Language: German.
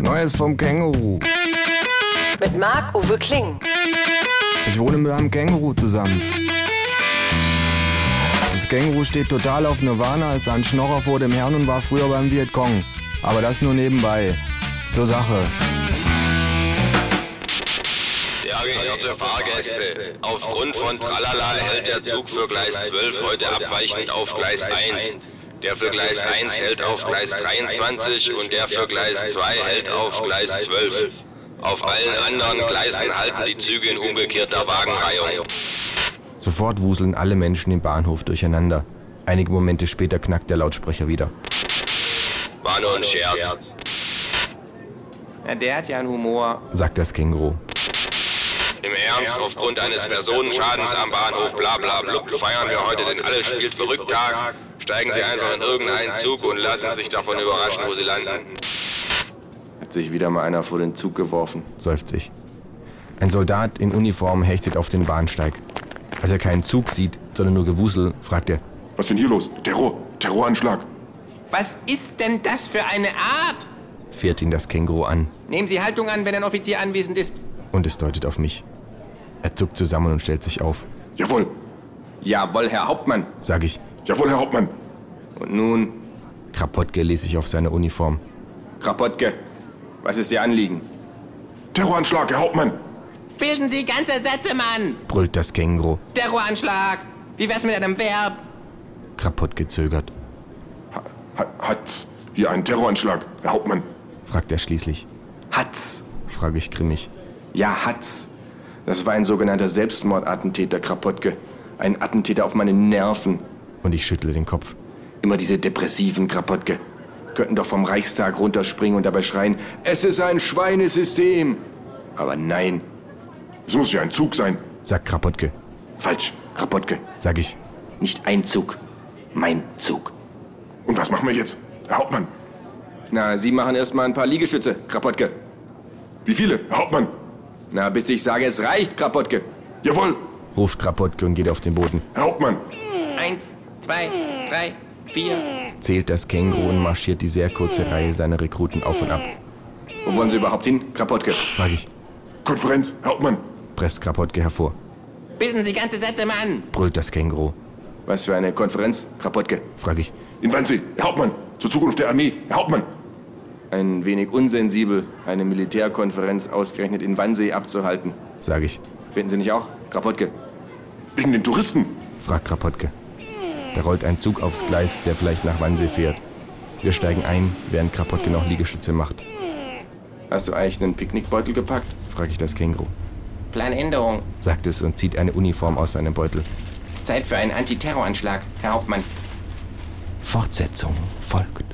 Neues vom Känguru. Mit Marc-Uwe Kling. Ich wohne mit einem Känguru zusammen. Das Känguru steht total auf Nirvana, ist ein Schnorrer vor dem Herrn und war früher beim Vietcong. Aber das nur nebenbei. Zur Sache. Sehr geehrte Fahrgäste, aufgrund von Tralala hält der Zug für Gleis 12 heute abweichend auf Gleis 1. Der für Gleis 1 hält auf Gleis 23 und der für Gleis 2 hält auf Gleis 12. Auf allen anderen Gleisen halten die Züge in umgekehrter um. Wagenreihung. Sofort wuseln alle Menschen im Bahnhof durcheinander. Einige Momente später knackt der Lautsprecher wieder. War nur ein Scherz. Ja, der hat ja einen Humor. sagt das Känguru. Im Ernst, aufgrund eines Personenschadens am Bahnhof bla bla blub feiern wir heute den Alle spielt verrückt Tag. Steigen Sie einfach in irgendeinen Zug und lassen sich davon überraschen, wo Sie landen. Hat sich wieder mal einer vor den Zug geworfen. seufzt sich. Ein Soldat in Uniform hechtet auf den Bahnsteig. Als er keinen Zug sieht, sondern nur Gewusel, fragt er, Was denn hier los? Terror! Terroranschlag! Was ist denn das für eine Art? fährt ihn das Känguru an Nehmen Sie Haltung an, wenn ein Offizier anwesend ist. und es deutet auf mich. Er zuckt zusammen und stellt sich auf. Jawohl! Jawohl, Herr Hauptmann. Sag ich, Jawohl, Herr Hauptmann! Und nun, Krapotke lese ich auf seine Uniform. Krapotke, was ist Ihr Anliegen? Terroranschlag, Herr Hauptmann! Bilden Sie ganze Sätze, Mann! Brüllt das Känguru. Terroranschlag! Wie wär's mit einem Verb? Krapotke zögert, Ha, ha, hat's hier einen Terroranschlag, Herr Hauptmann? fragt er schließlich. Hat's. Frage ich grimmig. Ja, hat's. Das war ein sogenannter Selbstmordattentäter, Krapotke. Ein Attentäter auf meine Nerven. Und ich schüttle den Kopf. Immer diese depressiven Krapotke. Könnten doch vom Reichstag runterspringen und dabei schreien, es ist ein Schweinesystem. Aber nein, Es muss ja ein Zug sein. Sagt Krapotke. falsch, Krapotke. Sag ich, Nicht ein Zug, mein Zug. Und was machen wir jetzt, Herr Hauptmann? Na, Sie machen erstmal ein paar Liegestütze, Krapotke. Wie viele, Herr Hauptmann? Na, bis ich sage, es reicht, Krapotke. Jawohl, ruft Krapotke und geht auf den Boden. Herr Hauptmann! Eins, zwei, drei, vier. Zählt das Känguru und marschiert die sehr kurze Reihe seiner Rekruten auf und ab. Wo wollen Sie überhaupt hin, Krapotke? Frag ich, Konferenz, Herr Hauptmann! presst Krapotke hervor. Bilden Sie ganze Sätze, Mann. Brüllt das Känguru. Was für eine Konferenz, Krapotke. Frag ich, In Wannsee, Herr Hauptmann! Zur Zukunft der Armee, Herr Hauptmann! Ein wenig unsensibel, eine Militärkonferenz ausgerechnet in Wannsee abzuhalten. sag ich, Finden Sie nicht auch, Krapotke? Wegen den Touristen! fragt Krapotke. Da rollt ein Zug aufs Gleis, der vielleicht nach Wannsee fährt. Wir steigen ein, während Krapotke noch Liegestütze macht. Hast du eigentlich einen Picknickbeutel gepackt? Frag ich das Känguru. Planänderung. Sagt es und zieht eine Uniform aus seinem Beutel. Zeit für einen Antiterroranschlag, Herr Hauptmann. Fortsetzung folgt.